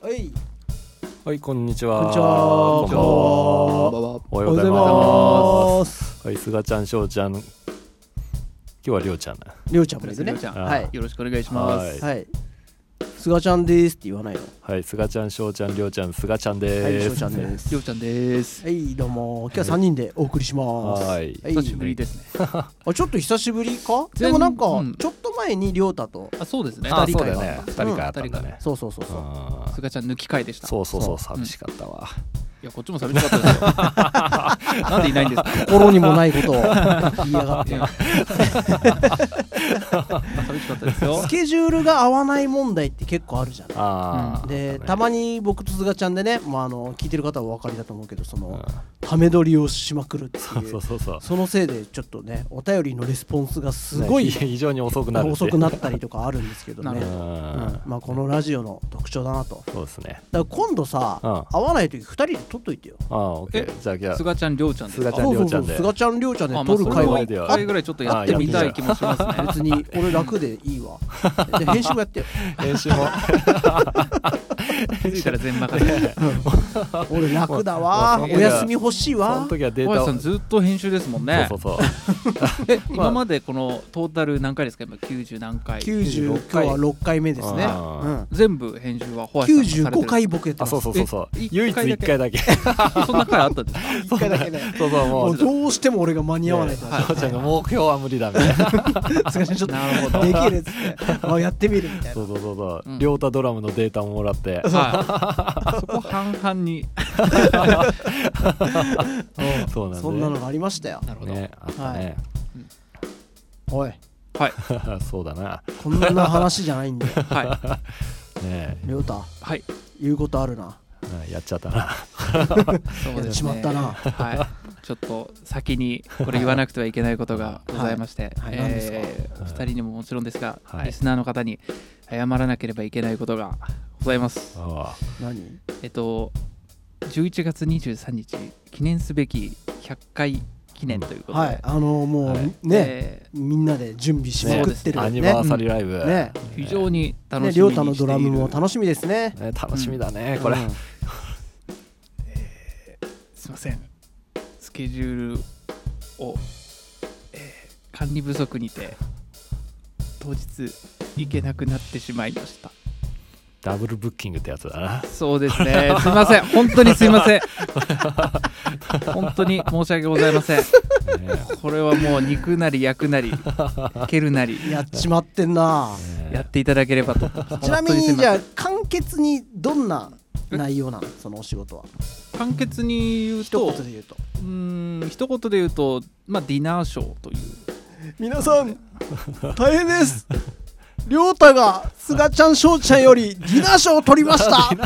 はい。はい、こんにちは。こんにちはこんばんはこんばんは。おはよおうごはざいようま。ございますす。はい、すがちゃん、しょうちゃん。今日はりょうちゃんだ。りょうちゃんとりもあえですねずね、りょう。ちゃん、あーはい。よろしくお願いしますははいい。すがちゃんですって言わないの。はい、すがちゃん、しょうちゃん、りょうちゃん、すがちゃんはい、でしょうす。ちゃんです。りょうちゃんです。はい、どうも。今日は三人でお送りします。はい久しぶりですね。あ、ちょっと久しぶりか。全でもなんかうんちょっと前にりょうたと。あ、そうですね。あ、二人そう会だがあよっね。二た人会あったんだね。そうそうそうそう。あーすがちゃん抜き会でした。そうそうそう、うん寂しかったわ。いや、こっちも寂しかったですよ。 なんでいないんですか。心にもない ことを言いやがっいて。や寂しかったですよス。ケジュールが合わない問題って結構あるじゃん。ああ。で、ねたまに僕とすがちゃんでね、まああの聞いてる方はお分かりだと思うけど、そうのんため撮りをしまくるってそうい そうう。そうそう。そのせいでちょっとね、お便りのレスポンスがすごいね 非常に遅くなるって。遅くなったりとかあるんですけどなねる。ううんん。まあこのラジオの特徴だなと。だかそうですね。ら今度さ、う会わない時2人で撮っといてよ。ああ、オッケー。じゃあ、じゃあす。がちゃん、りょうちゃんですすがか。ちゃんそりょうちゃそんうでそう、すがちゃん、りょうちゃんであまあ撮る会それははで一回ぐらいちょっとやってみたい気もしますね。 別に俺楽でいい わ。で編集もやってよ。編集も。 気づいたら全任せ。俺楽だわ。まおあその時は休み欲しいそのわ。時はデー大タ橋をさん、。ずっと編集ですもんねそう。そうそう。え、今までこのトータル何回ですか。今90何回。 90、今96日は回6回目ですね。うあーん全部編集はホワイトさんがされて95る。回僕やってあ、ますそう。そうそうそう。え唯一一回だけ。 回。そんな回あったんですか。 1回だけね。そうそう、ももうう。どうしても俺が間に合わないから。しょうちゃんが目標は無理だみたいな。すがちゃんちょっとなるほど。できるっつって、あやってみるみたいそな。うそうそうそうう。ん両太ドラムのデータももらって。はい、そこ半々にそうなんだよ。そんなのがありましたよ。なるほど、ね、あったね。おい、 そうだな。こんな話じゃないんだよ。はいねりょうた、はい言うことあるな。うんやっちゃったな。そうやっですねてしまったな。はいちょっと先にこれ言わなくてはいけな いことがございまして、はいはい何ですかえーお二人にももちろんですが、はいリスナーの方に謝らなければいけないことがございますあ何えっと11月23日記念すべき100回記念ということで、はい、あのもうはいね、えみんなで準備しまくってるあアよニね。バーサリーライブ。ねねー非常に楽ね、しりょみにうしたてのいるドラムも楽しみですね。ね楽しみだね、これ。うんすいませんスケジュールを、えー管理不足にて当日行けなくなってしまいましたダブルブッキングってやつだな。そうですね すいません本当にすいま せん本当に申し訳ございませんね これはもう肉なり焼くなり蹴るなりやっちまってんな。ねやっていただければとちなみ本当すにじいませんゃあ簡潔にどんな内容なのそのお仕事は。簡潔に言う一と言で言うと。うーん一言で言うと、まあ、ディナーショーという皆さん大変です。りょうたがすがちゃんしょうちゃんよりディナー賞を取りました。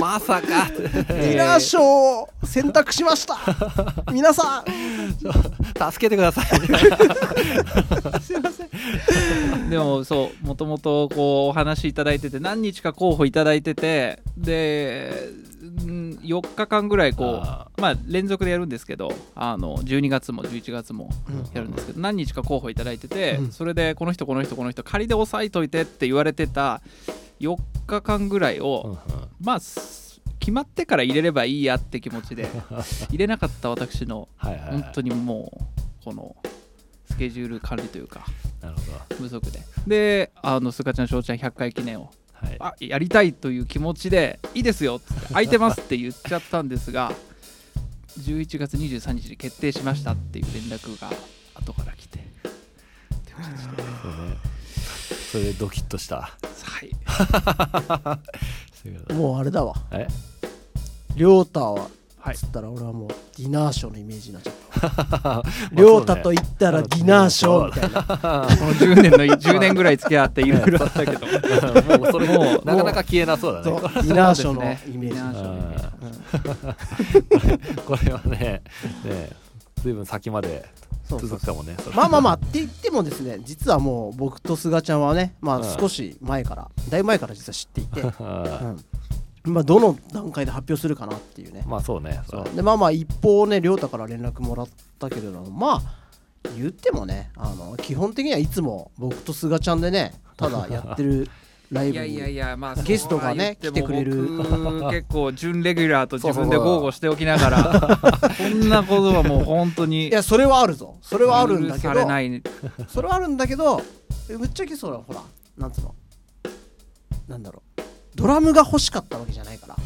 まさ か。ディナー賞を選択しました。皆さん助けてください。でもそうもともとこうお話いただいてて何日か候補いただいててでうん4日間ぐらいこあうまあ連続でやるんですけどあの12月も11月もうんやるんですけど何日か候補いただいてて、うんそれでこの人この人この人仮で押さえといてって言われてた4日間ぐらいを、まあす決まってから入れればいいやって気持 ちで入れなかった私のはいはい。本当にもうこのスケジュール管理というかなるほど。無足でであのスカちゃん翔ちゃん100回記念をはい。あやりたいという気持ちでいいですよっつって空いてますって言っちゃったんですが11月23日に決定しましたっていう連絡が後から来てっていう感じでそうねそれでドキッとした。はいそういうことだもうあれだわ。えりょうたははいつったら俺はもうディナーショーのイメージになっちゃった。りょ亮うたと太言ったらディナーショーみたいな。この10年の10年ぐ らい付き合っていろいろあったけどもうそれもなかなか消えなそうだそうね。ディナーショーのそうです ねイメージディナーショーのイメージうんこれはね、ね、ずいぶん先までそうそう続くかもね。それまあまあまあって言ってもですね実はもう僕とすがちゃんはねまうあん少し前からだいぶ前から実は知っていて、うあんまあ、どの段階で発表するかなっていうねーまあそうね。そうでまあまあ一方ね亮太から連絡もらったけれどもまあ 言ってもねあの基本的にはいつも僕とすがちゃんでねただやってるライいブやにいやいやまあゲストがねそうは言って来もてくれる僕結構準レギュラーと自分でそうそうそう豪語しておきな がらこんなことはもう本当にいやそれはあるぞそれはあるんだけ許どされないそれはあるんだけどえぶっちゃけそらほらなんつうのなんだろうドラムが欲しかったわけじゃないから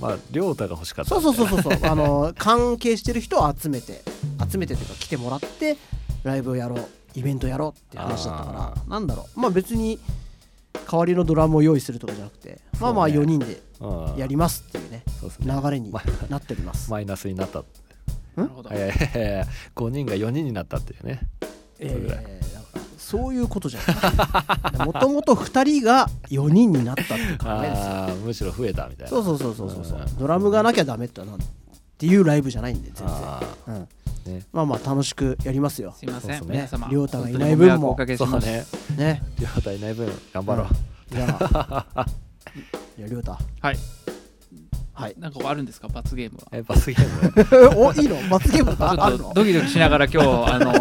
まあ亮太が欲しかったそうそうそうそうそう あの関係してる人を集めて集めてというか来てもらってライブをやろうイベントやろうっていう話だったかあらなんだろうまあ別に代わりのドラムを用意するとかじゃなくて、まあまあそうね4人でうんやりますっていうねそうですね流れ になっております、マイナスになったなるほどいやいやいや5人が4人になったっていうねえそれぐらいーだからそういうことじゃないもともと2人が4人になったっていう考えですよあ あむしろ増えたみたいなそうそうそうそうそうそううんうんドラムがなきゃダメってなんっていうライブじゃないんで全然、あうん、あねまあまあ楽しくやりますよすいませんそうそうね皆様亮太がい本当なにいご分迷惑をもおかけしそまうすね ね亮太いない分頑張ろう、じゃあいや亮太はいはいなんかあるんですか罰ゲームはえパスゲーム おいいの罰ゲームちああょるっとのドキドキしながら今日 あの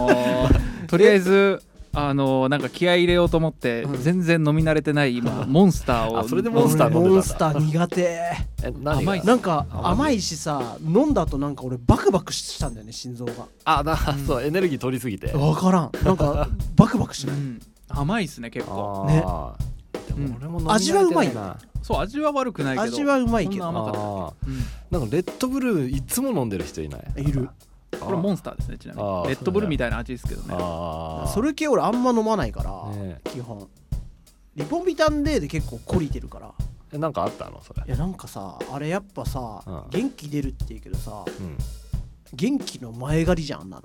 ーとりあえずあのーなんか気合い入れようと思ってうん全然飲み慣れてな い今モンスターをあそれでモンスター飲んでたんだ俺モンスター苦手え何が甘いなんか甘い甘いしさ飲んだ後なんか俺バクバクしたんだよね心臓があなそうエネルギー取りすぎて分からんなんかバクバクしうないん甘いですね結構ねあーでも俺も飲み慣れ味てなはうまいよねなそう味は悪くないけど味はうまいけそどんな甘かったあうんーなんかレッドブルーいつも飲んでる人いないいるこれモンスターですねちなみあにーレッドブルみたいな味ですけどねああそれ系俺あんま飲まないから、ね基本リポビタン D で結構懲りてるからえなんかあったのそれいやなんかさあれやっぱさ、うん元気出るっていうけどさうん 元気の前借りじゃんあんなの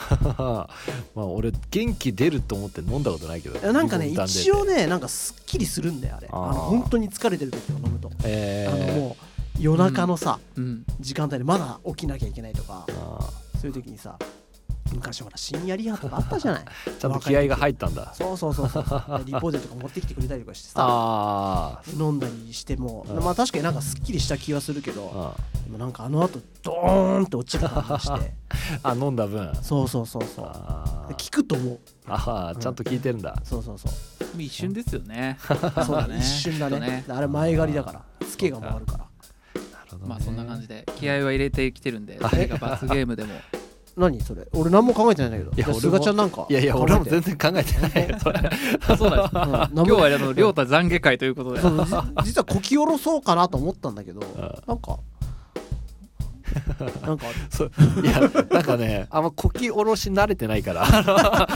まあ俺元気出ると思って飲んだことないけどいやなんかねリボンダンで一応ねなんかすっきりするんだよあれああのー本当に疲れてる時は飲むと、えあのー、もう夜中のさ、うん時間帯でまだ起きなきゃいけないとかあそういう時にさ昔ほら深夜リハとかあったじ ゃないーちゃんと気合が入ったんだそうそうそうそうリポートとか持ってきてくれたりとかしてさあ飲んだりしても、うんまあ確かになんかすっきりした気はするけど、あでもなんかあの後ドーンって落ちる感じがして あ飲んだ分そうそうそうそうあー聞くと思うあーちゃんと聞いてるんだそうそうそう一瞬ですよね そうだね 一瞬だねきっとあれ前借りだからツケが回るからなるほどねまあそんな感じで気合は入れてきてるんで何か罰ゲームでも何それ俺何も考えてないんだけどいやじゃあ俺も菅ちゃんなんかいやいや俺も全然然考えてな いよそれそうなんです今 今日はあの亮太懺悔会ということでそうじ実はこき下ろそうかなと思ったんだけどんなんかなんかあるそういやなんかねあんまこき下ろし慣れてな いから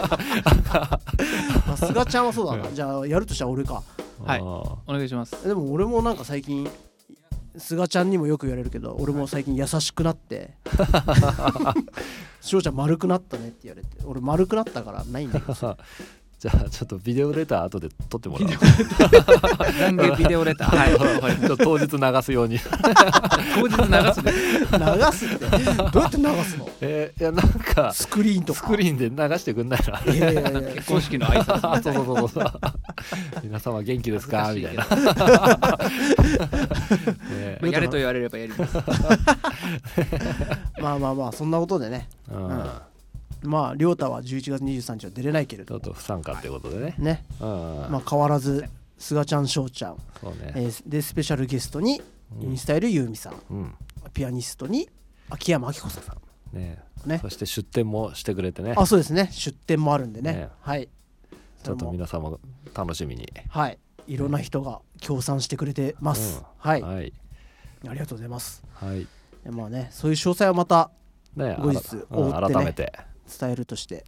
まあ菅ちゃんはそうだなじゃあやるとしたら俺かはいあーお願いしますでも俺もなんか最近菅ちゃんにもよく言われるけど俺も最近優しくな って「翔ちゃん丸くなったね」って言われて俺丸くなったからないんだけどじゃあちょっとビデオレター後で撮ってもらおう懺悔ビデオレターはい わかりましちょっと当日流すようにた当日流すんで流すってどうやって流す のえーいやなんかスクリーンとかスクリーンで流してくんないないやいやいや結婚式の挨拶あ そうそうそうそう皆様元気ですかみたいな、恥ずかしねえけど まあやれと言われればやりますまあまあまあそんなことでねうんうんまあ亮太は11月23日は出れないけれちょっどと不参加ってことでね、ねうんまあ変わらず菅ちゃん翔ちゃんそうね、えーでスペシャルゲストにユニスタイルゆうみさんうんピアニストに秋山明子さんねえねそして出店もしてくれてねあそうですね出店もあるんでねねはいちょっと皆様楽しみにはいいろんな人が協賛してくれてます、うんはい、はいありがとうございますはいでまあねそういう詳細はまたねえ後日追改ってねうん改めて伝えるとして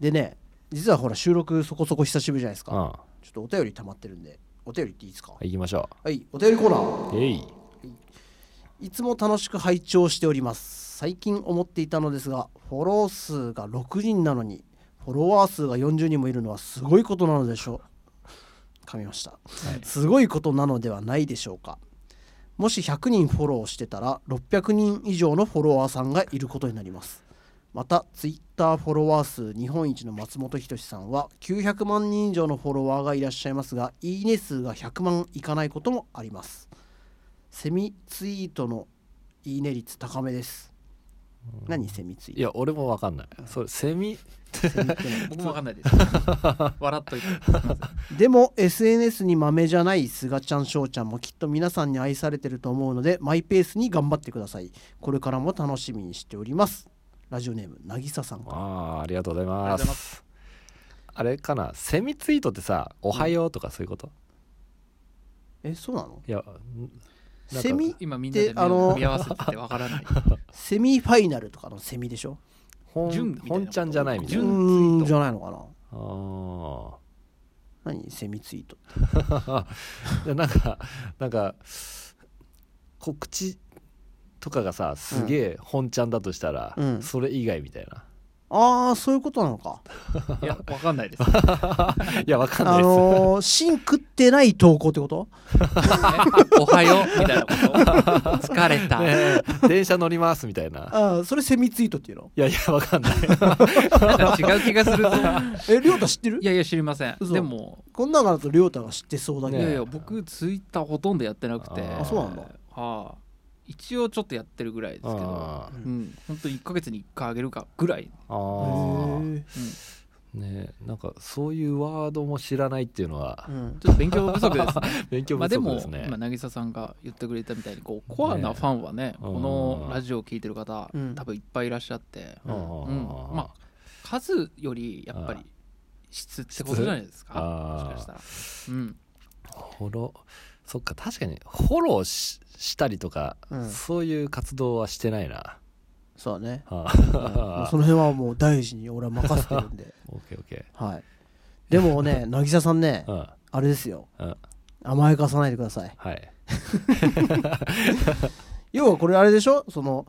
でね実はほら収録そこそこ久しぶりじゃないですうんかちょっとお便り溜まってるんでお便りっていいですかは行きましょい、お便りコーナーうえいいつも楽しく拝聴しております最近思っていたのですがフォロー数が6人なのにフォロワー数が40人もいるのはすごいことなのでしょう噛みました、すごいことなのではないでしょうかもし100人フォローしてたら600人以上のフォロワーさんがいることになりますまたツイッターフォロワー数日本一の松本人志さんは900万人以上のフォロワーがいらっしゃいますがいいね数が100万いかないこともありますセミツイートのいいね率高めです何セミツイいや俺もわかんないそれセミセミって何僕もわかんないです 笑っといてすいませんでも SNS にマメじゃないすがちゃんしょうちゃんもきっと皆さんに愛されてると思うのでマイペースに頑張ってくださいこれからも楽しみにしておりますラジオネームなぎささんかあーありがとうございあまりがとうございますあれかなセミツイートってさ「おはよう」とかそういうこと、えそうなのいやんなんかセミ今みんなでであの見合わせててわからないセミファイナルとかのセミでしょほ純んみたいなこと本ちゃんじゃないみうたいなあ純ーんじゃないのかなあ何セミツイート でなんかなんか告知とかがさすげえ本ちゃんだとしたら、うんそれ以外みたいな、ああそういうことなのかいやわかんないですいやわかんないあです、のー、芯食ってない投稿ってことおはようみたいなこと疲れた、ねえ電車乗りますみたいなああそれセミツイートっていうのいやいやわかんないなんか違う気がするぞえりょうた知ってるいやいや知りません嘘でも、こんなのだとりょうたが知ってそうだけねど、いやいや僕ツイッターほとんどやってなくてああそうなんだはあ一応ちょっとやってるぐらいですけどあうん本当に1ヶ月に1回あげるかぐらい、ーあーへえねえなんかそういうワードも知らないっていうのはうんちょっと 勉強不足ですね勉強不まあで足もですね、今渚さんが言ってくれたみたいにこうコアなファンはねうんこのラジオを聞いてる方、うん多分いっぱいいらっしゃって、あーうんま数よりやっぱあり質ってことじゃないですかあーもしかしたら、うん、フォローそっか確かにフォローししたりとか、うんそういう活動はしてないなそうだねあまああその辺はもう大事に俺は任せてるん で、オッケーオッケはい、でもね 渚さんねーうんあれですようん甘やかさないでくださいはい要はこれあれでしょその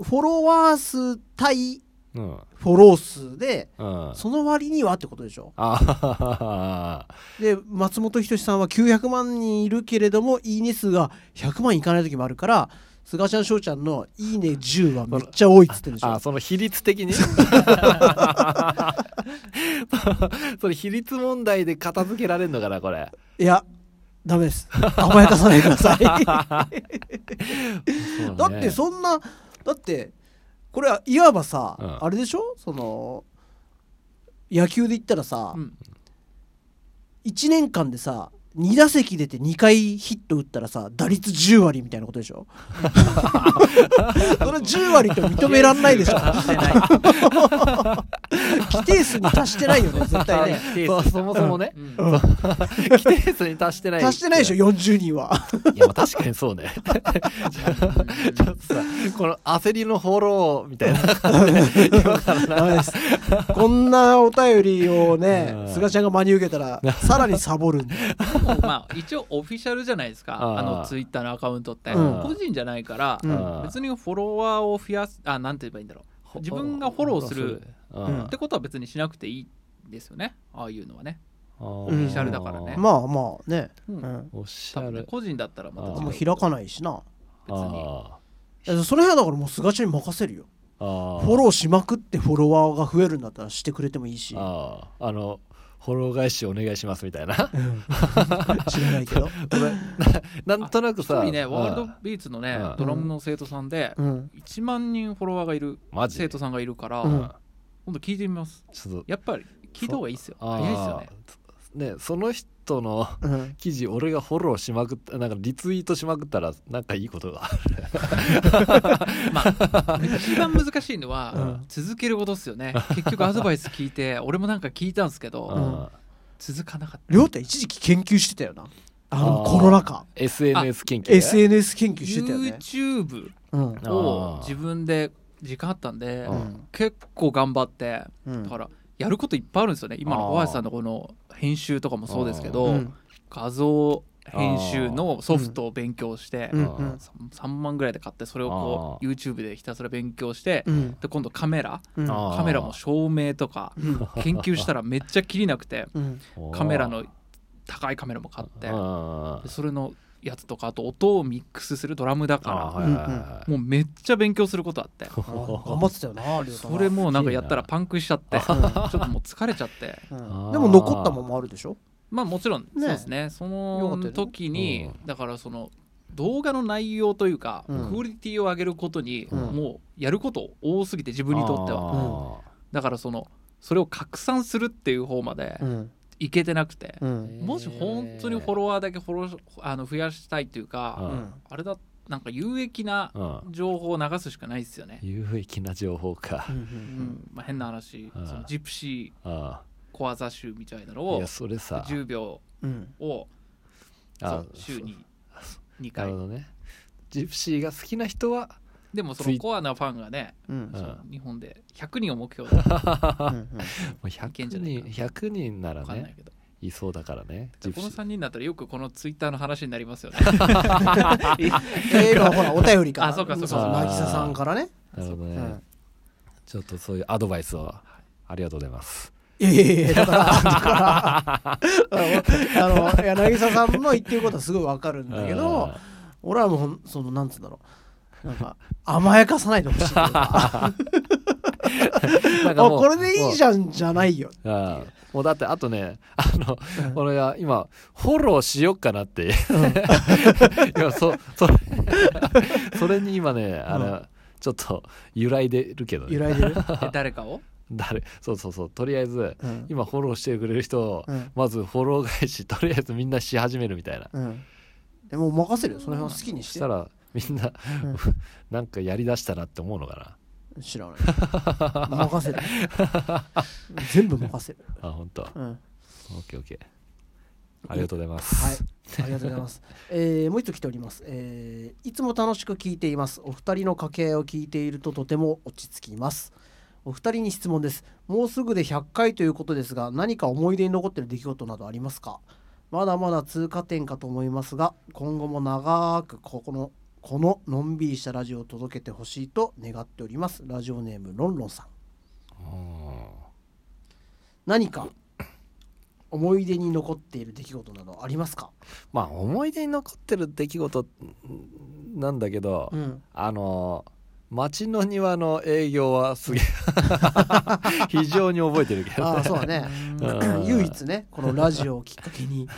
フォロワー数対うんフォロー数でうんその割にはってことでしょあで松本人志さんは900万人いるけれどもいいね数が100万いかない時もあるから菅ちゃん翔ちゃんの「いいね10」はめっちゃ多いっつってるでしょあその比率 的にそれ比率問題で片付けられんのかなこれいやダメです甘やかさないでくださ いだってうそんなだってこれはいわばさ、うんあれでしょその野球で言ったらさ、うん1年間でさ2打席出て2回ヒット打ったらさ打率10割みたいなことでしょそれ10割と認めらんないでしょしてない規定数に達してないよね絶対 ね そそもそもねう ん規定数に達して ない達してないでしょょ40人はいやまあ確かにそ うねちょっとさこの焦りのフォローみたいなダメですこんなお便りをうねん菅ちゃんが真に受けたらさらにサボるんでもうまあ一応オフィシャルじゃないですかあーあのツイッターのアカウントってうん個人じゃないからうん別にフォロワーを増やすあなんて言えばいいんだろう自分がフォローするうんうんってことは別にしなくていいですよねああいうのはね、オフィシャルだからねまあまあね、うんうんおし多ゃ分ねれ個人だったらまたああん違うま別開かないしなにあいやその辺はだからもう菅ちゃんに任せるよーあフォーローしまくってフォロワーが増えるんだったらしてくれてもいいしあーあのフォロー返しお願いしますみたいな知らないけど、ななんとなく一さ人ねワールうドんビーツのねうんドラムの生徒さんでうん、 1万人フォロワーがいるマジ生徒さんがいるから、うん今度聞いてみますちょっとやっぱり聞いた方がいいですよあー早いですよねねその人のうん、記事俺がフォローしまくったなんかリツイートしまくったらなんかいいことがまあ一番難しいのは、うん続けることですよね結局アドバイス聞いて俺もなんか聞いたんですけど、うん続かなかった亮太一時期研究してたよなあのあーコロナ禍 SNS 研究 SNS 研究してたよね、 YouTube うんをあー自分で時間あったんでう結構頑張ってうんだからやることいっぱいあるんですよね今の小林さんのこの編集とかもそうですけど、うん画像編集のソフトを勉強して、うんあーさん 3, 万ぐらいで買ってそれをこう YouTube でひたすら勉強して、うんで今度カメラうんあーカメラも照明とかうん研究したらめっちゃ切りなく てうんカメラの高いカメラも買ってうんでそれのやつとかあと音をミックスするドラムだあーかはいはいはらもうめっちゃ勉強することあってあー頑張ってたよな亮太それもうなんかやったらパンクしちゃってちょんっともう疲れちゃってうんあーでも残ったもんもあるでしょまあもちろんそうですねそよかったよのね時にうだからその動画の内容というか、うんクオリティを上げることに、うんもうやること多すぎて自分にとってははだからそのそれを拡散するっていう方までうんいけてなくてう、んもし本当にフォロワーだけフォローあの増やしたいといううか、んあれだなんか有益なうん情報を流すしかないですよね、有益な情報かう、んうんまあ、変な話、うんそのジプシーあ小技集みたいなのあいをやそれさ10秒うんをそあう週にそ2なる回ほどねジプシーが好きな人はでもそツのイコアなファンがねうんそううん日本で100人を目 標だもう100いけんじゃない人かな100人なわらかんないねけど、いそうだからねじゃあこジのプシー3人だったらよくこのツイッターの話になりますよ ね映画はほらお便りからあそうかそうかそうか渚さんからねなるほどうね、んちょっとそういうアドバイスをありがとうございますいやいやいやだから だからあの柳沢さんの言ってることはすごいわかるんだけ どあ俺はもうほんそのなんつうんだろうなんか甘やかさないでほ しいというかーなんあこれでいいじゃんゃんじゃないよあーもうだってあとね あのうん俺が今フォローしよっかなって 今そそれそれに今ねあの、うちょっと揺らいでるけど揺ねらい でるえ誰かを誰そうそうそうとりあえずうん今フォローしてくれる人をうんまずフォロー返し とりあえずみんなし始めるみたいなうんでも任せるよその辺は好きにししてたらみんなうん なんかやりだしたなって思うのか知らない任 せる全部任せる、なあ本当。うん、はいオッケーオッケーありがとうございます、ありがとうございます、 えーもう一つ来ております、えーいつも楽しく聞いていますお二人の掛け合いを聞いているととても落ち着きますお二人に質問ですもうすぐで100回ということですが何か思い出に残っている出来事などありますかまだまだ通過点かと思いますが今後も長くここのこののんびりしたラジオを届けてほしいと願っておりますラジオネームロンロンさん何か思い出に残っている出来事などありますか、まあ思い出に残ってる出来事なんだけど、ん、あの町の庭の営業はすげえ 非常に覚えてるけどああそうだうねんうん 唯一ねこのラジオをきっかけに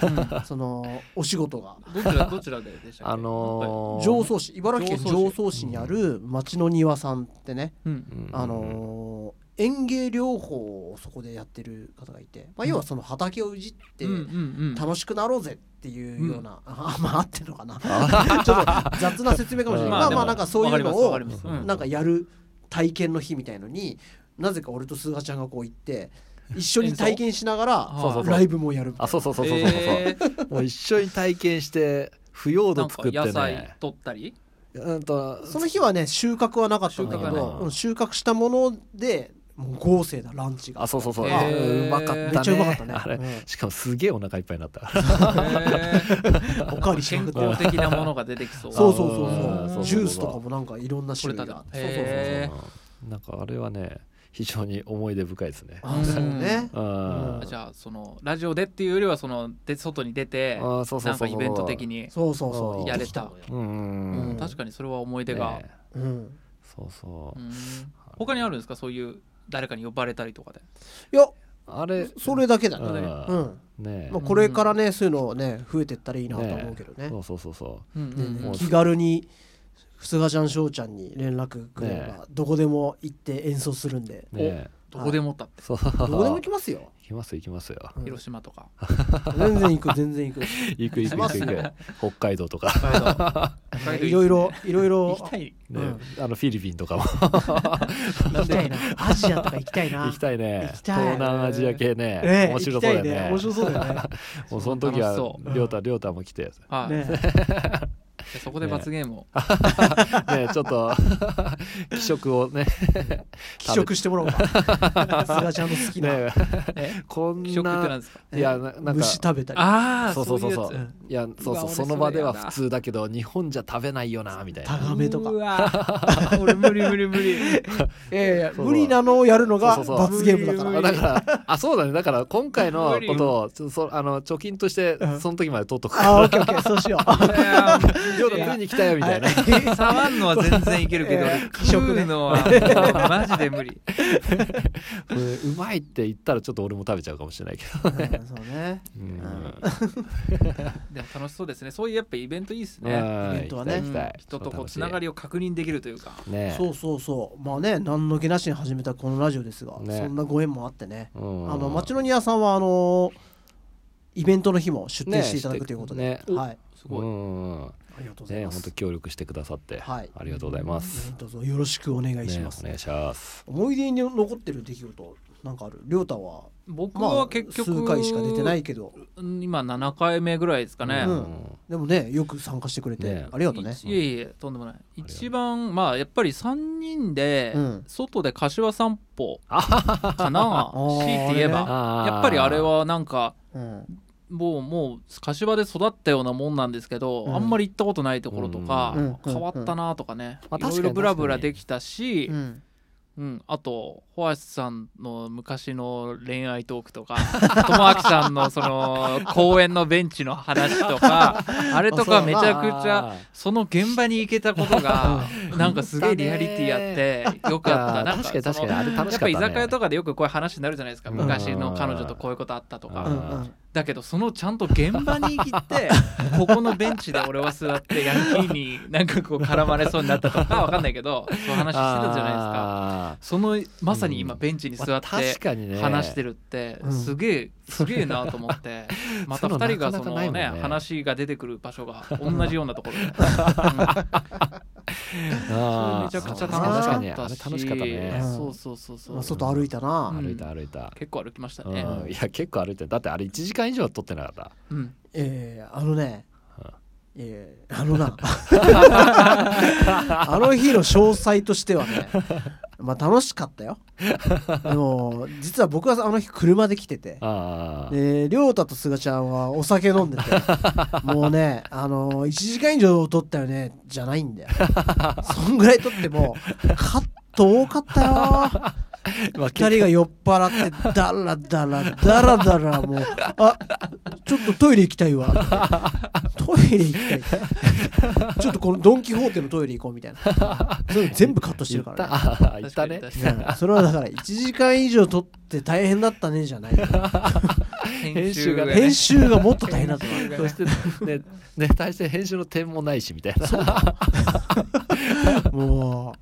そのお仕事がどちらどちらででしたっけあのー常総市茨城県常常総市総市にある町の庭さんってね、うんうんあのー園芸療法をそこでやってる方がいて、まあ、要はその畑をいじってうんうん楽しくなろうぜっていうような、あまあ合ってるのかな あちょっと雑な説明かもしれない、まあまあでまあもなんかそうわかいうりまのすわをかります、うなんかやる体験の日みたいのになぜか俺とすがちゃんがこう行って一緒に体験しなが演奏そうそらうそうライブもやるみたあいそうそうそうそうそうそう、えーもう一緒に体験して腐葉なん土か作って野菜ね取ったりうんとなその日はね収穫はなかったんだけ収穫はどな、いうん収穫したものでもう豪勢なランチがあそうそうそう、へーうまかったねめっちゃうまかったねあれ、うんしかもすげえお腹いっぱいになっ たおかわりし健まくって 康的なものが出てきそうそうそうそうあーそうジュースとかもなんかいろんな種類があって取れたんだ へなんかあれはね非常に思い出深いですねあそうねうんうんじゃあそのラジオでっていうよりはそので外に出てあーそうそうそうそうなんかイベント的に、そうそうそうやれた行ってきうんうんうんううんん確かにそれは思い出が、ねのようんそうそう、うん他にあるんですかそういう誰かに呼ばれたりとかでいやあれそれだけだうねんうんねまあこれからねそういうのをね増えてったらいいなと思うけどねそうそうそうそううんうんうんもう気軽にすがちゃん翔ちゃんに連絡くれれば、ねどこでも行って演奏するんでねえどこでもだってそうどこでも行きますよ、行きます行きますようん広島とか全然行く全然行く行く行く行く行く北海道とか北海道北海道いろいろいろい行ろきたいね、うんあのフィリピンとかも行きたいなアジアとか行きたいな行きたいね行きたい東南アジア系ねね面白そうだよね行きたい面白そうだよね もうその時は楽しそう亮太亮太も来てはい、ねじゃあそこで罰ゲームを、ねちょっと 気色をね気色してもらおうかすがちゃんの好きな、ねえ こん気食ってなんなですかいやななんか虫食べたりああそうそうそうそういやいやそうそう俺その場ではそれやだ普通だけど日本じゃ食べないよなみたいタなガメとかうわ ー俺無理無理無理いやいやそう無理なのをやるのがそうそうそう罰ゲームだから無あだからあそうだねだから今回のことをちょそあの貯金としてうんその時まで取っとくあか オッケーオッケーそうしよういやージョーダンついに来たよみたいな触んのは全然いけるけえど、俺ー気食色うねのはもうマジで無理。 これうまいって言ったらちょっと俺も食べちゃうかもしれないけど、うんそうねうんでも楽しそうですね。そういうやっぱイベントいいですね。はいイベントはね行きたい行きたい人とこうつながりを確認できるというか。ねそうそうそうまあね何の気なしに始めたこのラジオですが、ねそんなご縁もあってね、ああの町の庭さんはあのイベントの日も出店していただくということで、ねはいあすごい。うんりがとうございねます、本当協力してくださって、はいありがとうございます、どうぞよろしくお願いしねます、お願いします思い出に残ってる出来事なんかある亮太は僕まあは結数局、回しか出てないけどうん今7回目ぐらいですかね。うんでもねよく参加してくれて、ねありがとうねいいえいえとんでもないりがとう一番まあやっぱり3人でうん外で柏散歩かなー強いて言えばあーやっぱりあれはなんかうんもうもう柏で育ったようなもんなんですけど、うんあんまり行ったことないところとか、うん変わったなとかね、うんうんまあいろい確かろにブラブラできたし、ううんんあとホアシさんの昔の恋愛トークとか ともあきさんのその公園のベンチの話 とかあれとかめちゃくちゃあーその現場に行けたことがなんかすげえリアリティあってよかったいやなんー確かかに確そかにのあれ楽やしかっっぱた、ね、居酒屋とかかでよくこういう話になるじゃないですかうん昔の彼女とこういうことあったとうかうんんだけどそのちゃんと現場に行 ってここのベンチで俺は座ってヤンキーになんかこう絡まれそうになったとかわかんないけどそういう話してたじゃないですかないでそのまさに今ベンチに座って確かにね話してるるってうんすげえすげえなと思ってまたそういうの2人がなそかなかのないもんねね話が出てくる場所が同じようなとこ ろであめちゃくちゃ楽し確かかっにあたれし楽しかったね、うんそうそうそうそうまあ、外歩いたな、うん歩いた歩いた、結構歩きましたうんねいや結構歩いてだってあれ1時間以上は撮ってなかったうんえー、あのねはえー、あの なあの日の詳細としてはねまあ楽しかったよでも実は僕はあの日車で来ててああで亮太とすがちゃんはお酒飲ん でてもうねあの1時間以上撮ったよねじゃないんだよそんぐらい撮ってもカット多かったよ まあ二人が酔っ払ってダラダラダラダラもうあちょっとトイレ行きたいわトイレ行きたいちょっとこのドン・キホーテのトイレ行こうみたいなそういうの全部カットしてるからねああい確たかねに確かにうんそれはだから1時間以上撮って大変だったねじゃない編集がね編集がもっと大変だった編集がそねして ねね大して編集の点もないしみたいなも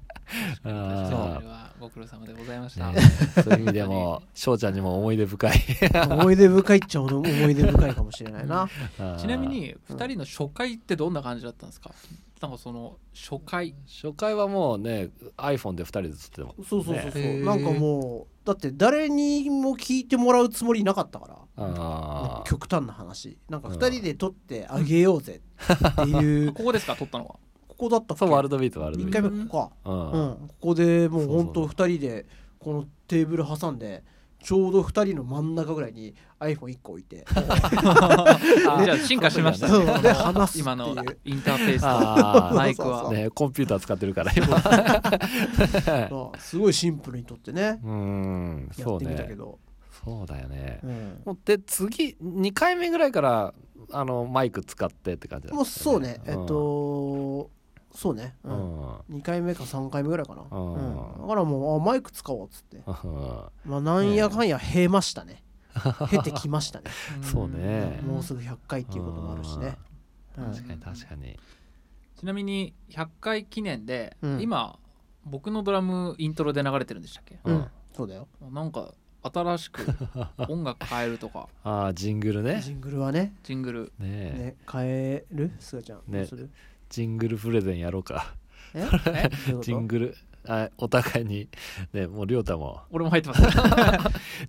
そあれはご苦労様でございましーたねそういう意味でも翔ちゃんにも思い出深いう思い出深いっちゃ思い出深いかもしれないなあーちなみに2人の初回ってどんな感じだったんですかなんかその初回初回はもうね iPhone で2人で撮ってもそうそうそうそう、ねなんかもうだって誰にも聞いてもらうつもりなかったからあ極端な話なんか2人で撮ってあげようぜっていう、 ここですか撮ったのはここだったあっけそうワールドビートワールド1ビ回ー目ここトうか、うんんここでもうそうそうほんと2人でこのテーブル挟んでちょうど2人の真ん中ぐらいに iPhone1 個置い てじゃあ進化しましたねそうそうで話すっていう 今のインターフェースとあマイクそはあうねコンピューター使ってるから今そうすごいシンプルに撮ってねうーんやそっうてみたけねどそうだよねう、んで次2回目ぐらいからあのマイク使ってって感じだったよねもうそうねえっんとそうね、ううんん2回目か3回目ぐらいかな、うんうんだからもうあマイク使おうっつって、うんまあ、なんやかんや経ました ね経てきましたねそう ねもうすぐ100回っていうこともあるしね。うん確かに確かにちなみに100回記念で、うん今僕のドラムイントロで流れてるんでしたっけうんうんそうだよ。なんか新しく音楽変えるとかああジングルねジングルはね、ジングルねえね変えるすがちゃん。ねどうす るジングルプレゼンやろうかえどういうことジングルあお互いにねもう亮太も俺も入ってます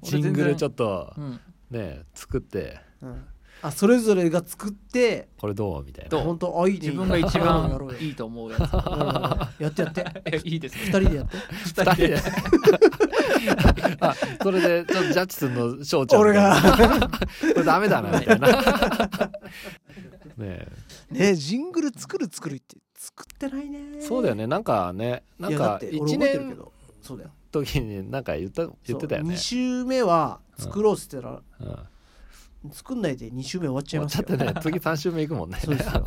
ジングルちょっっとと、 うん、ね作ってうんあ、それぞれが作って、これどうみたいどなう本当あいいね自分が一やろう番よいいと思うや つやろうやろうやってやって。 いやいいです二ね人でやって。 2人であそれで ちょっとジャッジするの翔ちゃんみ俺たいなが。これダメだなみたいなねえね、ジングル作る作るって作ってないね。そうだよね。ねなんかねないんやだかって俺1覚えてるけ年ど。そうだよ。時になんか言った言ってたよね2週目は作ろうっつってたら、うん作んないで2週目終わっち終ゃいわっますちゃよ っ。てね次3週目行くもんねそうですよ。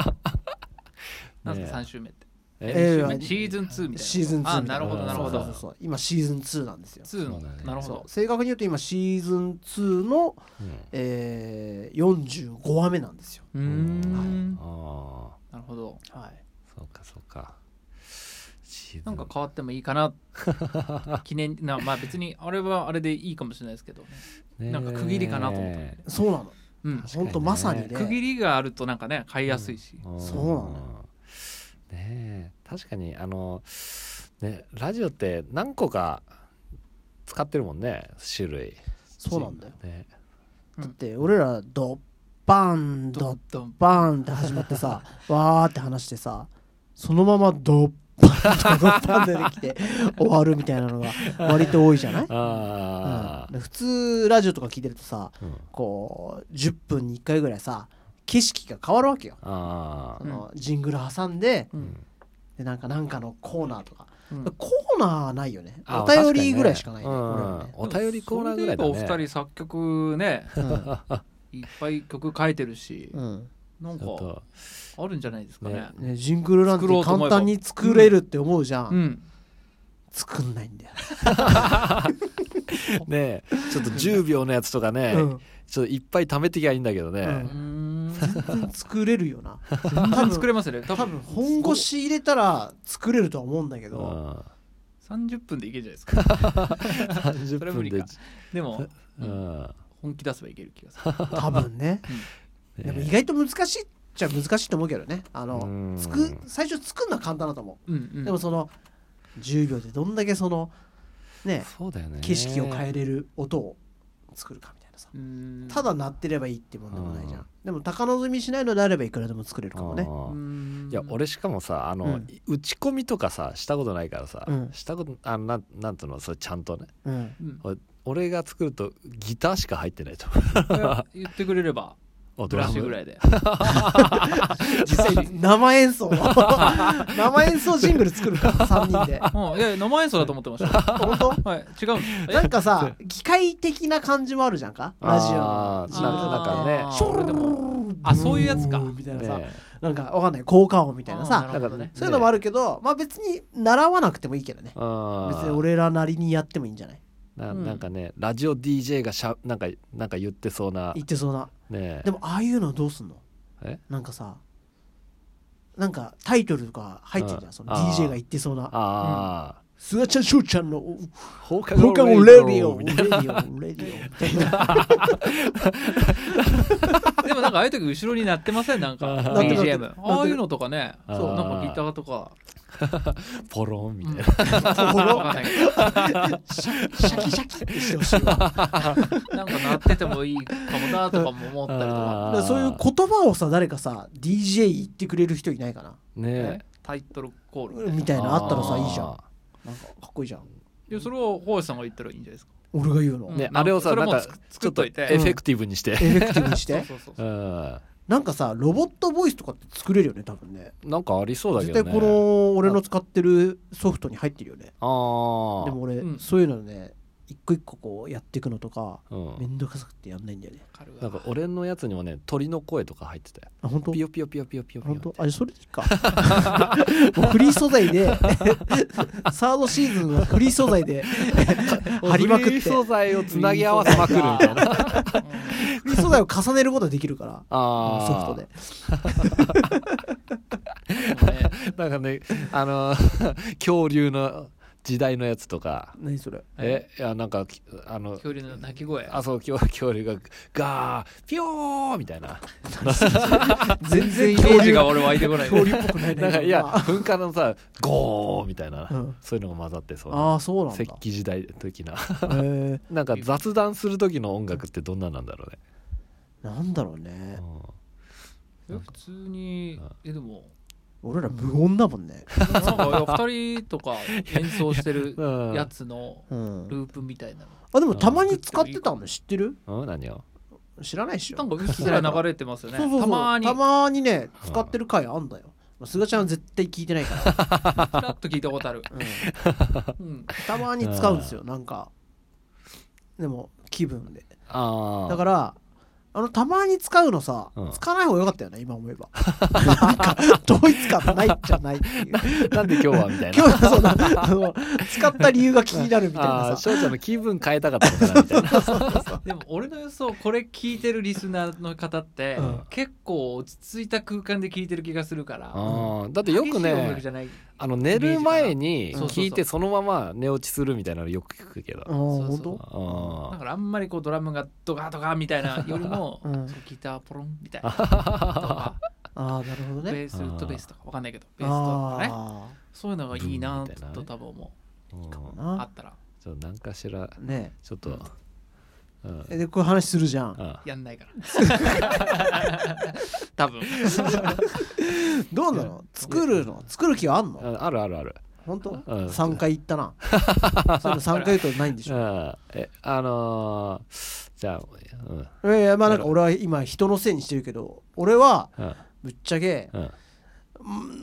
なんですかね3週目ってええ三週目シーズン2みたいなシーズン2あみたないるほどなるほどそうそうそう今シーズン2なんですよ2のそうだねなるほそどう正確に言うと今シーズン2の、うんえー、45話目なんですようーんああなるほどはいそうかそうかシーズンなんか変わってもいいかな記念なまあ別にあれはあれでいいかもしれないですけど、ねえなんか区切りかなと思ったんでそうなのうん、かに本ね当まさにね区切りがあるとなんかね買いやすいし、うんそうなのよねえ確かにあのねラジオって何個か使ってるもんね種類そうなんだよねだって俺らドッバンドどッんどんバンって始まって さわーって話してさそのままドッバンドッバン出てき て終わるみたいなのが割と多いじゃない、あうんあで普通ラジオとか聞いてるとさうんこう10分に1回ぐらいさ景色が変わるわけよああーのジングル挟んでうんでなんかなんかのコーナーとか、うんコーナーないよねあお便りぐらいしかないね確にねうんお便りコーナーぐらいだねそれで言えばお二人作曲ね俺らねいっぱい曲書いてるしう、んうんなんちかょっとあるんじゃないですかねねねジングルなんて作ろうと思簡えば単に作れるって思うじゃん、うん作んないんだよ、ねえちょっと10秒のやつとかね、うんちょっといっぱい貯めてきゃいいんだけどね、ううんん全然作れるよ な全然作れますよね多多分分本腰入れたら作れるとは思うんだけうど、ん、 30分でいけるじゃないですか30それは分無理でか、でもうん本気出せばいける気がする多分ね、ねでも意外と難しいっちゃ難しいと思うけどねあうのんつく最初作るのは簡単だと思うんうう、んでもその10秒でどんだけそのねそうだよね景色を変えるれる音を作るかみたいなさうんただ鳴ってればいいってもんでもないじゃうんんでも高望みしないのであればいくらでも作れるかもねうんいや俺しかもさあの、うん打ち込みとかさしたことないからさ、うんしたことあなんなんとのそれちゃんとね うんうん俺が作るとギターしか入ってないといや言ってくれればあブドララシムぐらいで実際に生演奏 生演奏ジングル作るから3人でうんいや生演奏だと思って ました本当はい違うんですなんかさ機械的な感じもあるじゃんかラジオあのージングルとかってあーショルルルルルルルあそういうやつかみたいなさねなんかわかんない効果音みたいなあーさなるほどねそういうのもあるけどまあ別に習わなくてもいいけどねあ別に俺俺らなりにやってもいいんじゃないなうんなんかねラジオ DJ がしゃなんかなんか言ってそうな言ってそうなねでもああいうのどうすんのえなんかさなんかタイトルとか入ってるじゃうんんそのあー DJ が言ってそうなああ、 「すがちゃんしょうちゃんの放課放課後レディオレみデたいィオレディオ」みたいなでもなんかああいう時後ろになってませんなんかなってるなってる BGM ああいうのとかねあーそうなんかギターとかなポロンみたいな、わかんないけどシャキシャキシャキってしてほしいわなんか鳴っててもいいかもなとかも思ったりだあとかーからそういう言葉をさ誰かさ DJ 言ってくれる人いないかなねタイトルコールみたいなあったらさいいじゃんあなんかかっこいいじゃんいやそれをホーさんが言ったらいいんじゃないですか俺が言うの、ーねねうんあれをさそれなんもかちょ作っと作っといてエフェクティブにして、エフェクティブにし てそうそうそうう、そうんなんかさロボットボイスとかって作れるよね多分ねなんかありそうだけ絶どね対この俺の使ってるソフトに入ってるよねああでも俺、うんそういうのね一個一個こうやっていくのとかうんめんどくさくてやんないんだよねわかるわなんか俺のやつにもね鳥の声とか入ってたよあ本当ピヨピヨピヨピヨピヨピヨ本当あそれでいいかもうフリー素材 でサードシーズンはフリー素材で貼りまくってフリフリーー素素材材をつなぎ合わせまくるみたいなを重ねることができるからあーソフトでうん ねなんかねあの ー恐竜の時代のやつとか何それえいやなんかあの恐竜の鳴き声あそう恐恐竜がガーピヨーみたいな全然イメージが俺湧いてこない恐竜っぽくないねなんかいや今のは噴火のさゴーみたいな、うんそういうのが混ざってそうなああそうなんだ石器時代的なへなんか雑談する時の音楽ってどんななんだろうね、えなんだろうねうんえ普通にえでも俺ら無音だもんねなんかお二人とか演奏して るうんやつのうんループみたいなのあでもたまに使ってたの知ってるうん、何を知らないっしょなんかうっすら流れてますよねそうそうそうたまにたちまにね使ってる回あんだよまあ菅ちゃんは絶対聞いてないから、らっと聞いたことあるうんうんたまに使うんですよなんかでも気分でああだからあのたまに使うのさ、うん使わない方が良かったよね今思えばなんか統一感ないじゃないっていうなんで今日はみたい な今日そうだあの使った理由が気になるみたいああなーさ翔ちゃんの気分変えたかったのかなみたいなでも俺の予想これ聞いてるリスナーの方って、うん結構落ち着いた空間で聞いてる気がするから、あーだってよく激しい音楽ねじゃないあの寝る前にそうそうそう聞いてそのまま寝落ちするみたいなのよく聞くけどあーそ本うそう当だあからあんまりこうドラムがドカドカみたいなよりも、うんそうギターポロンみたいなとあかああなるほどベねースウッドベースとかわかんないけどベースとかねあそういうのがいいなブームみたいなねと多分思うあちあなったらょっと何かしらねちょっとうんえでこういう話するじゃんあやんないから多分どうなの作るの作る気はあんのあるあるある本うん当三回行ったなそういうの三回言うとないんでしうょんえあのーじゃあうんいやいやまあなんか俺は今人のせいにしてるけど俺はうんぶっちゃけうん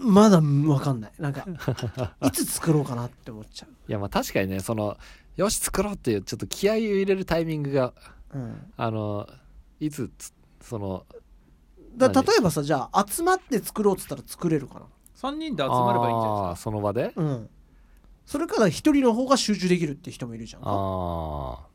んまだ分かんないなんかいつ作ろうかなって思っちゃいやまあ確かにねそのよし作ろうっていうちょっと気合を入れるタイミングがう、うん、あのいつつそのだ例何えばさじゃあ集まって作ろうっつったら作れるか3人で集まればいいんじゃないあーその場でなうんそれから一人の方が集中できるって人もいるじゃんかああ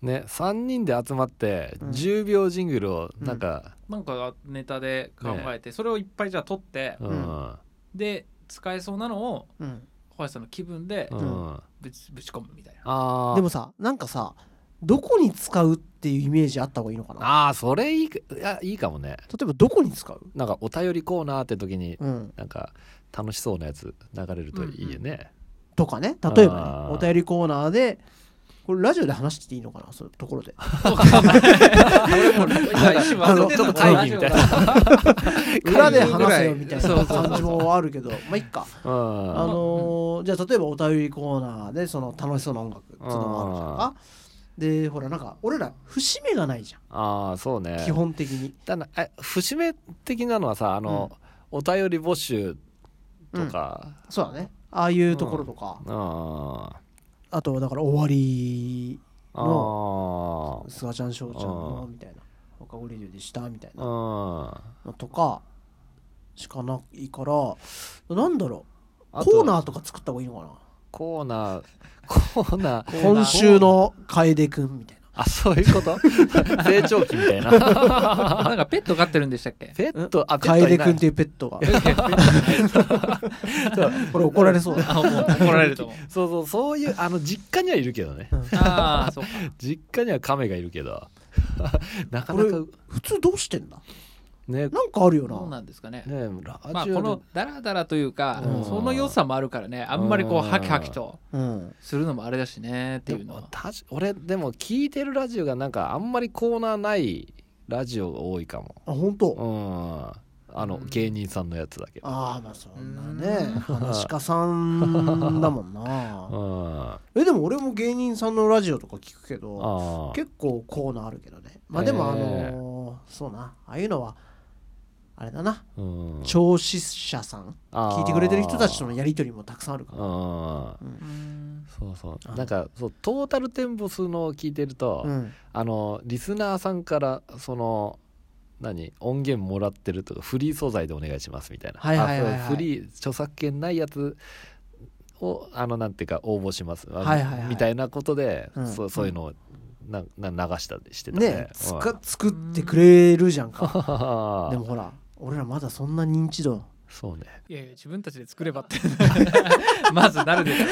ね3人で集まってうん10秒ジングルをなんか、なんかネタで考えて、それをいっぱいじゃあ撮って、うんんうんで使えそうなのをうん小林さんの気分でんあぶち,、ぶち込むみたいなあでもさなんかさどこに使うっていうイメージあった方がいいのかなああそれいいかいやいいかもね例えばどこに使うなんかお便りコーナーって時にうんなんか楽しそうなやつ流れるといいよね、とかね例えばあねーお便りコーナーでこれラジオで話していいのかなそういうところで俺も 今一瞬忘れてんのあのちょっと会議みたいな裏で話せよみたいそうなそうそう感じもあるけどまあいっかうんあのーじゃあ例えばお便りコーナーでその楽しそうな音楽っていうのもあるじゃんかでほらなんか俺ら節目がないじゃああそうねん基本的にだなえ節目的なのはさあの、お便り募集とか、そうだねああいうところとかうん、ああとだから終わりあーすがちゃんしょうちゃんのうんみたいな若子レディオでしたみたいなうんのとかしかないからなんだろうあとコーナーとか作った方がいいのかなコーナーコーナー今週の楓くんみたいなあそういうこと 成長期みたいな なんかペット飼ってるんでしたっ けペットあペット楓いなくんいっていうペット がこれ怒怒られそうだあもう怒られると思うそうそうそういうあの実家にはいるけどねああそうか実家には亀がいるけど な かこれなか普通どうしてんだねなんかあるよそうななんですかねねまラあジこオののダラダラというかうんその良さもあるからねあんまりこうハキハキとうんするのもあれだしねっていうのでもはたし俺でも聞いてるラジオがなんかあんまりコーナーないラジオが多いかもあ本当うんあのうん芸人さんのやつだけどああまあそんなうねん話家さんだもん うなんあえでも俺も芸人さんのラジオとか聞くけどあ結構コーナーあるけどねまあでもあえのーそうなああいうのはあれだなうん聴取者さん聞いてくれてる人たちとのやり取りもたくさんあるからうんうんそうそあうなんかそうトータルテンボスの聞いてると、うんあのリスナーさんからその何音源もらってるとかフリー素材でお願いしますみたいな、はいはいはいはいあそうフリー著作権ないやつをあのなんていうか応募します、あはいはいはいみたいなことで、うんそうそういうのをなな流したりしてたねね つうんか作ってくれるじゃんかでもでもほら俺らまだそんな認知度そうねいやいや自分たちで作ればって まず なるでしょ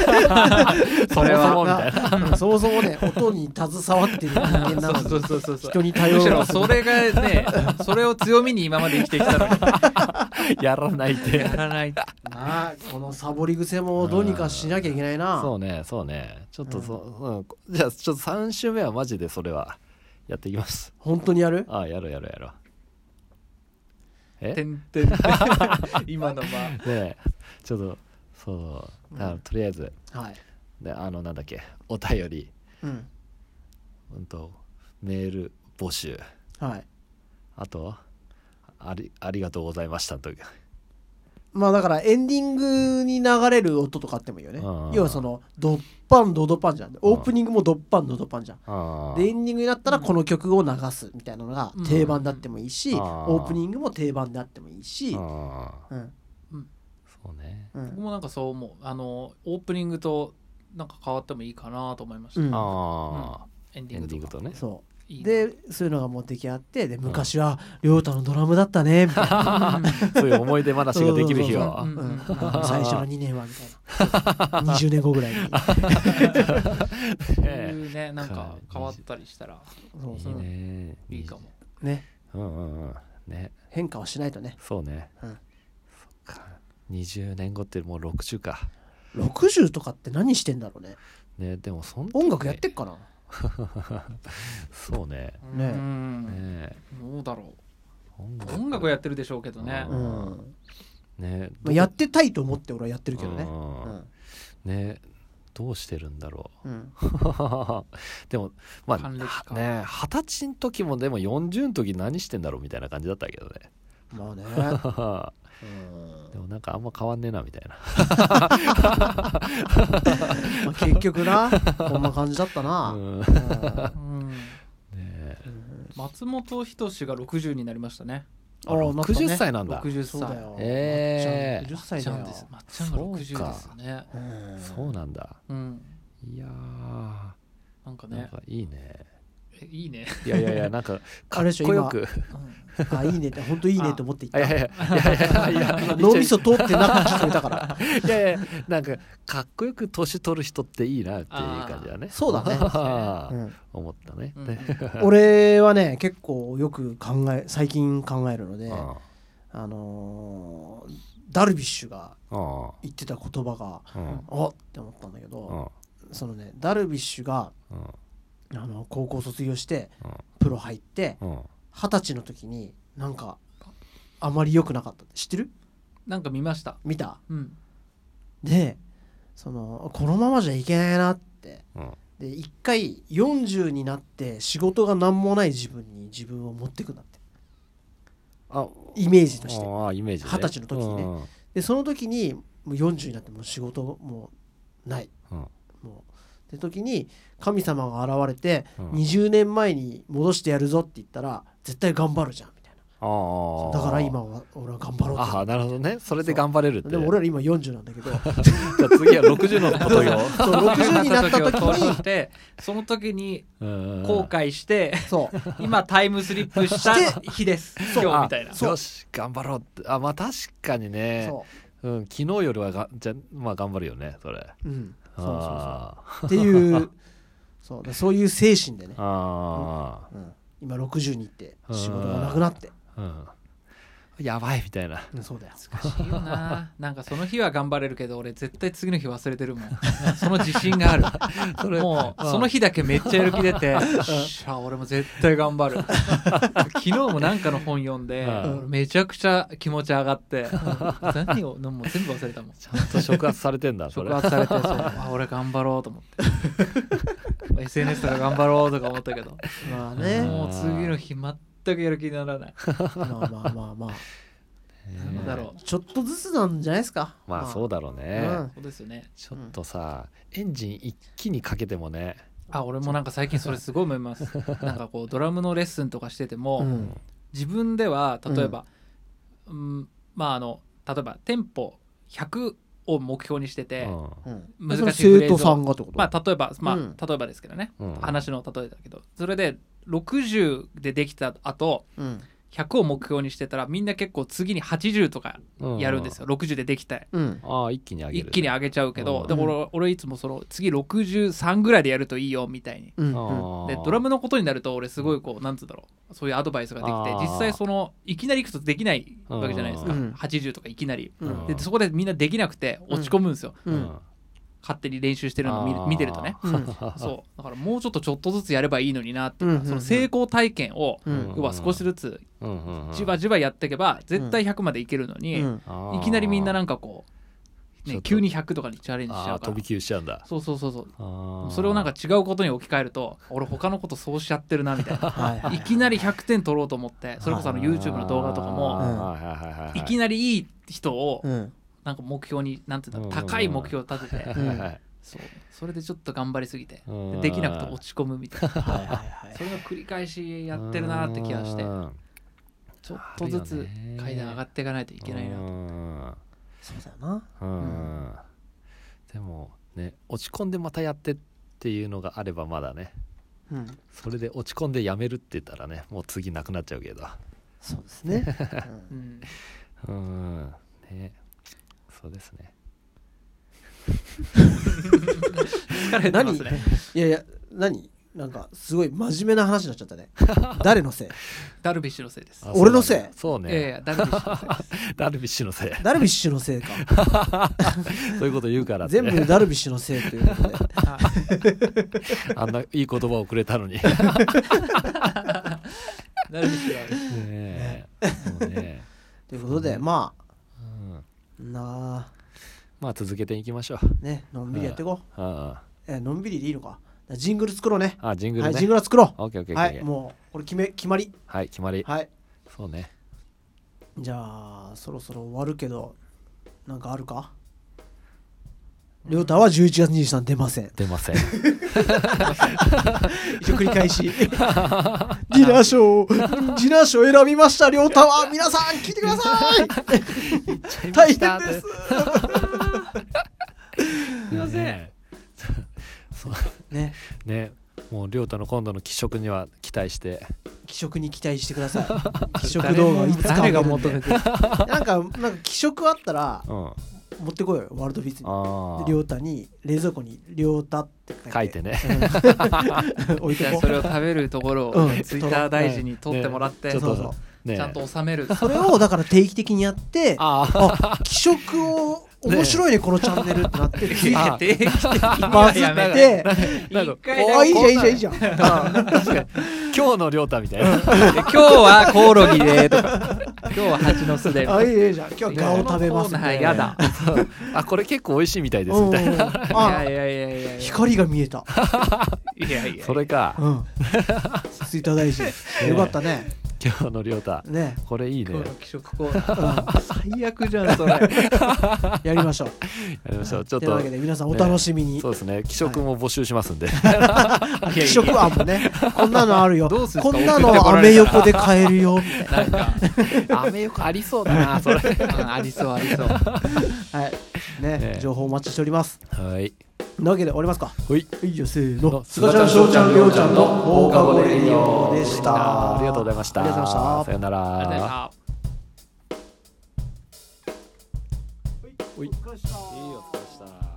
それはそもそもみたい ななそもそもね音に携わってる人間なのにそうそうそうそう人にむ頼しろろうとするそれがねそれを強みに今まで生きてきたの にやらないでやらないなあこのサボり癖もどうにかしなきゃいけないなそうねそうねちょっとそ、うん、じゃあちょっと3週目はマジでそれはやっていきます本当にやるああやろうやろうやろうえてん てんてん今のまねあえちょっとそうあとりあえずはい、ねあのなんだっけお便りうんうんとメール募集はい、あとありありがとうございましたというまあだからエンディングに流れる音とかあってもいいよねうん要はそのドッパンドドパンじゃんオープニングもドッパンドドパンじゃんあーでエンディングになったらこの曲を流すみたいなのがうん定番になってもいいし、うんオープニングも定番であってもいいし、あーうんそうねう僕ん、もなんかそう思うあのオープニングとなんか変わってもいいかなと思いました、うんああエンデエィンンディグンとグとかねそいういなでそういうのがもう出来上がってで昔は亮太のドラムだったねみたい なそういう思い出話ができる日そうそうそはううん最初の2年はみたいな20年後ぐらいにそうねいうねなんか変わったりしたらそえういそいうねいいかもねうんうんうんね変化をしないとねそうね、うんそっか20年後ってもう60か60とかって何してんだろうねねでもそん音楽やってっかなそうねうねねんえどうだろ音う音楽はやってるでしょうけどねううんん、ねまあ、やってたいと思って俺はやってるけどねうんうんねどう してるんだろうんうでもまあ還暦かね二十歳の時もでも40の時何してんだろうみたいな感じだったけどね まあね、うんでもなんかあんま変わんねえなみたいなまあ、結局なこんな感じだったな、ううんんねうんえ松本人志が60になりましたねああらなったね60歳なんだ60そうだ歳よええまっちゃん60歳ちゃだんよですまっちゃんが60そうかですねうんそうなんだうんいやーなんかなんねかいいねえい いねいやいやいやなんかか あれっでしょこよくあいいねって本当いいねと思ってい言やっいたやいやいやいやいや脳みそ通ってなかった人いたからいやいやなんかかっこよく年取る人っていいなっていう感じだねそうだ ねうん思ったね、うんね 俺はね結構よく考え最近考えるのでああのーダルビッシュがああ言ってた言葉があうんあって思ったんだけうどんそのねダルビッシュがうんあの高校卒業してうんプロ入ってうん二十歳の時になんかあまり良くなかったって知ってるなんか見ました見たうんでそのこのままじゃいけないなってうんで一回40になって仕事が何もない自分に自分を持ってくんだってあイメージとしてああイメージね二十歳の時にねでその時にもう40になってもう仕事もないうんもうって時に神様が現れてうんうん20年前に戻してやるぞって言ったら絶対頑張るじゃんみたいあなあだから今は俺は頑張ろうとあ思あっなるほどねそれで頑張れるっててでも俺ら今40なんだけどじゃあ次は60のことよそう60になった時を通にしてその時に後後 悔してそう今タイムスリップした日です今日みたいなよし頑張ろうってあまあ確かにね、そうん、昨日よりはがじゃまあ頑張るよねそれううんそうそうそうあーっていうそうだそういう精神でね、あうん、今60に行って仕事がなくなって、ーうんやばいみたいなうんそうだよ難しいよななんかその日は頑張れるけど俺絶対次の日忘れてる もんその自信があるそれもううんその日だけめっちゃやる気 出てよっしゃ俺も絶対頑張る昨日もなんかの本読んでうん俺めちゃくちゃ気持ち上がって何をもう全部忘れ たもんちゃんと触発されてんだそれ触発されてそうあ俺頑張ろうと思っ て SNS とか頑張ろうとか思ったけどまあうねんもう次の日全くやる気にならないまあまあまあまあねなんだろちょっとずつなんじゃないですかまあそうだだろうね、うんそうですよねちょっとさエンジン一気にかけてもねあ俺もなんか最近それすごい思 いますなんかこうドラムのレッスンとかしてても、うん自分では例えば、うんまああの例えばテンポ100を目標にしてて、うんうん、難しいそフの生レーズを徒さんがってこと、まあ例えばまあ、うん例えばですけどねうん話の例えだけどそれで60でできた後うん100を目標にしてたらみんな結構次に80とかやるんですよ、60でできてうん、ああ一気に上げる一気に上げちゃうけど、うんでも俺俺いつもその次63ぐらいでやるといいよみたいにうんうんああでドラムのことになると俺すごいこうなんつうんだろうそういうアドバイスができあてー実際そのいきなりいくとできないわけじゃないですか、うん80とかいきなりうんでそこでみんなできなくて落ち込むんですよ、ううんん勝手に練習してるのあー見見てるとね うんそうだからもうちょっとちょっとずつやればいいのになっていううか、んうんうんその成功体験を、うん要は少しずつうんうんうんじわじわやっていけば絶対100までいけるのに、うんあーいきなりみんななんかこうちょっね、と急に100とかにチャレンジしちゃあうーから飛び級しちゃうんだそうそうそうそうあーそれをなんか違うことに置き換えると俺他のことそうしちゃってるなみたいなはいいきなり100点取ろうと思ってそれこそあのあ YouTube の動画とかももいきなりいい人をうんなんか目標になんていうんだろううんうんうん高い目標を立ててりそうそれでちょっと頑張りすぎてうんできなくて落ち込むみたいなはいはいはいそれの繰り返しやってるなって気がしてちょっとずつ階段上がっていかないといいけないなとなそうだよなうんでもね落ち込んでまたやってっていうのがあればまだねうんそれで落ち込んでやめるって言ったらねもう次なくなっちゃうけどそうです ねううんんうんねそうですね疲れて ますねいやいや何なんかすごい真面目な話になっちゃったね 誰のせいダルビッシュのせいですあ俺のせいそういやいねやダルビッシュのせいですダルビッシュの せいダルビッシュのせいかそういうこと言うからって全部ダルビッシュのせいということで はいあんないい言葉をく れたのにねダルビッシュはえそうねということでまあうんなまあ続けていきましょうあねのんびりやっていこうあえのんびりでいいのかジングル作ろうねあジングルはね、いジングルは作ろオッケーオッケうーオッはケいーもうこれ決め決まりはい決まりはいそうねじゃあそろそろ終わるけどなんかあるかりょうたは11月23出ません出ません一応繰り返 しディナーショーデ ィナーショー選びましたりょうたは皆さん聞いてください大変です すいません ねねもう亮太の今度の気色には期待して気色に期待してくださ い気色動画いつか誰が上げ求るんめでてるなんかなんか気色あったらうんあ持ってこいよワールドビーツにありょうたに冷蔵庫にりょうたって書いてねうん 置いじてゃあこそれを食べるところうをんツイッター大事に取ってもらってねちょっそうとそねちゃんと収めるそれをだから定期的にやってあああ気色を面白いねこのチャンネルってなっていあや定期的にバはズっやめないてなんか一回あいいじゃんいいじゃんいいじゃんゃん今日の亮太みたいな今日はコオロギでとか今日は蜂の巣であいいじゃんいいじゃん今日ガオ食べますねみたいなやだあこれ結構美味しいみたいですうんみたいないやあいやいやいやいや光が見えたいやいやそれかうんツイッター大事よかったね今日の亮太ねこれいいね今日の気色コーナーうん最悪じゃ んそれやりましょうやりましょうちょっというとわけで皆さんお楽しみにそうですね気色も募集しますんで気色案もねこんなのあるよどうするんですこかんなのアメ横で買えるよみたいななんかアメよくありそうだなそれうんありそうありそうはいねねえ情報お待ちしておりますはいなわけで終わりますかほいいいよせーのすがちゃんしょうちゃんりょうちゃんの放課後レディオでしたありがとうございましたありがとうございましたさよなありがとうございましらたいいお疲れした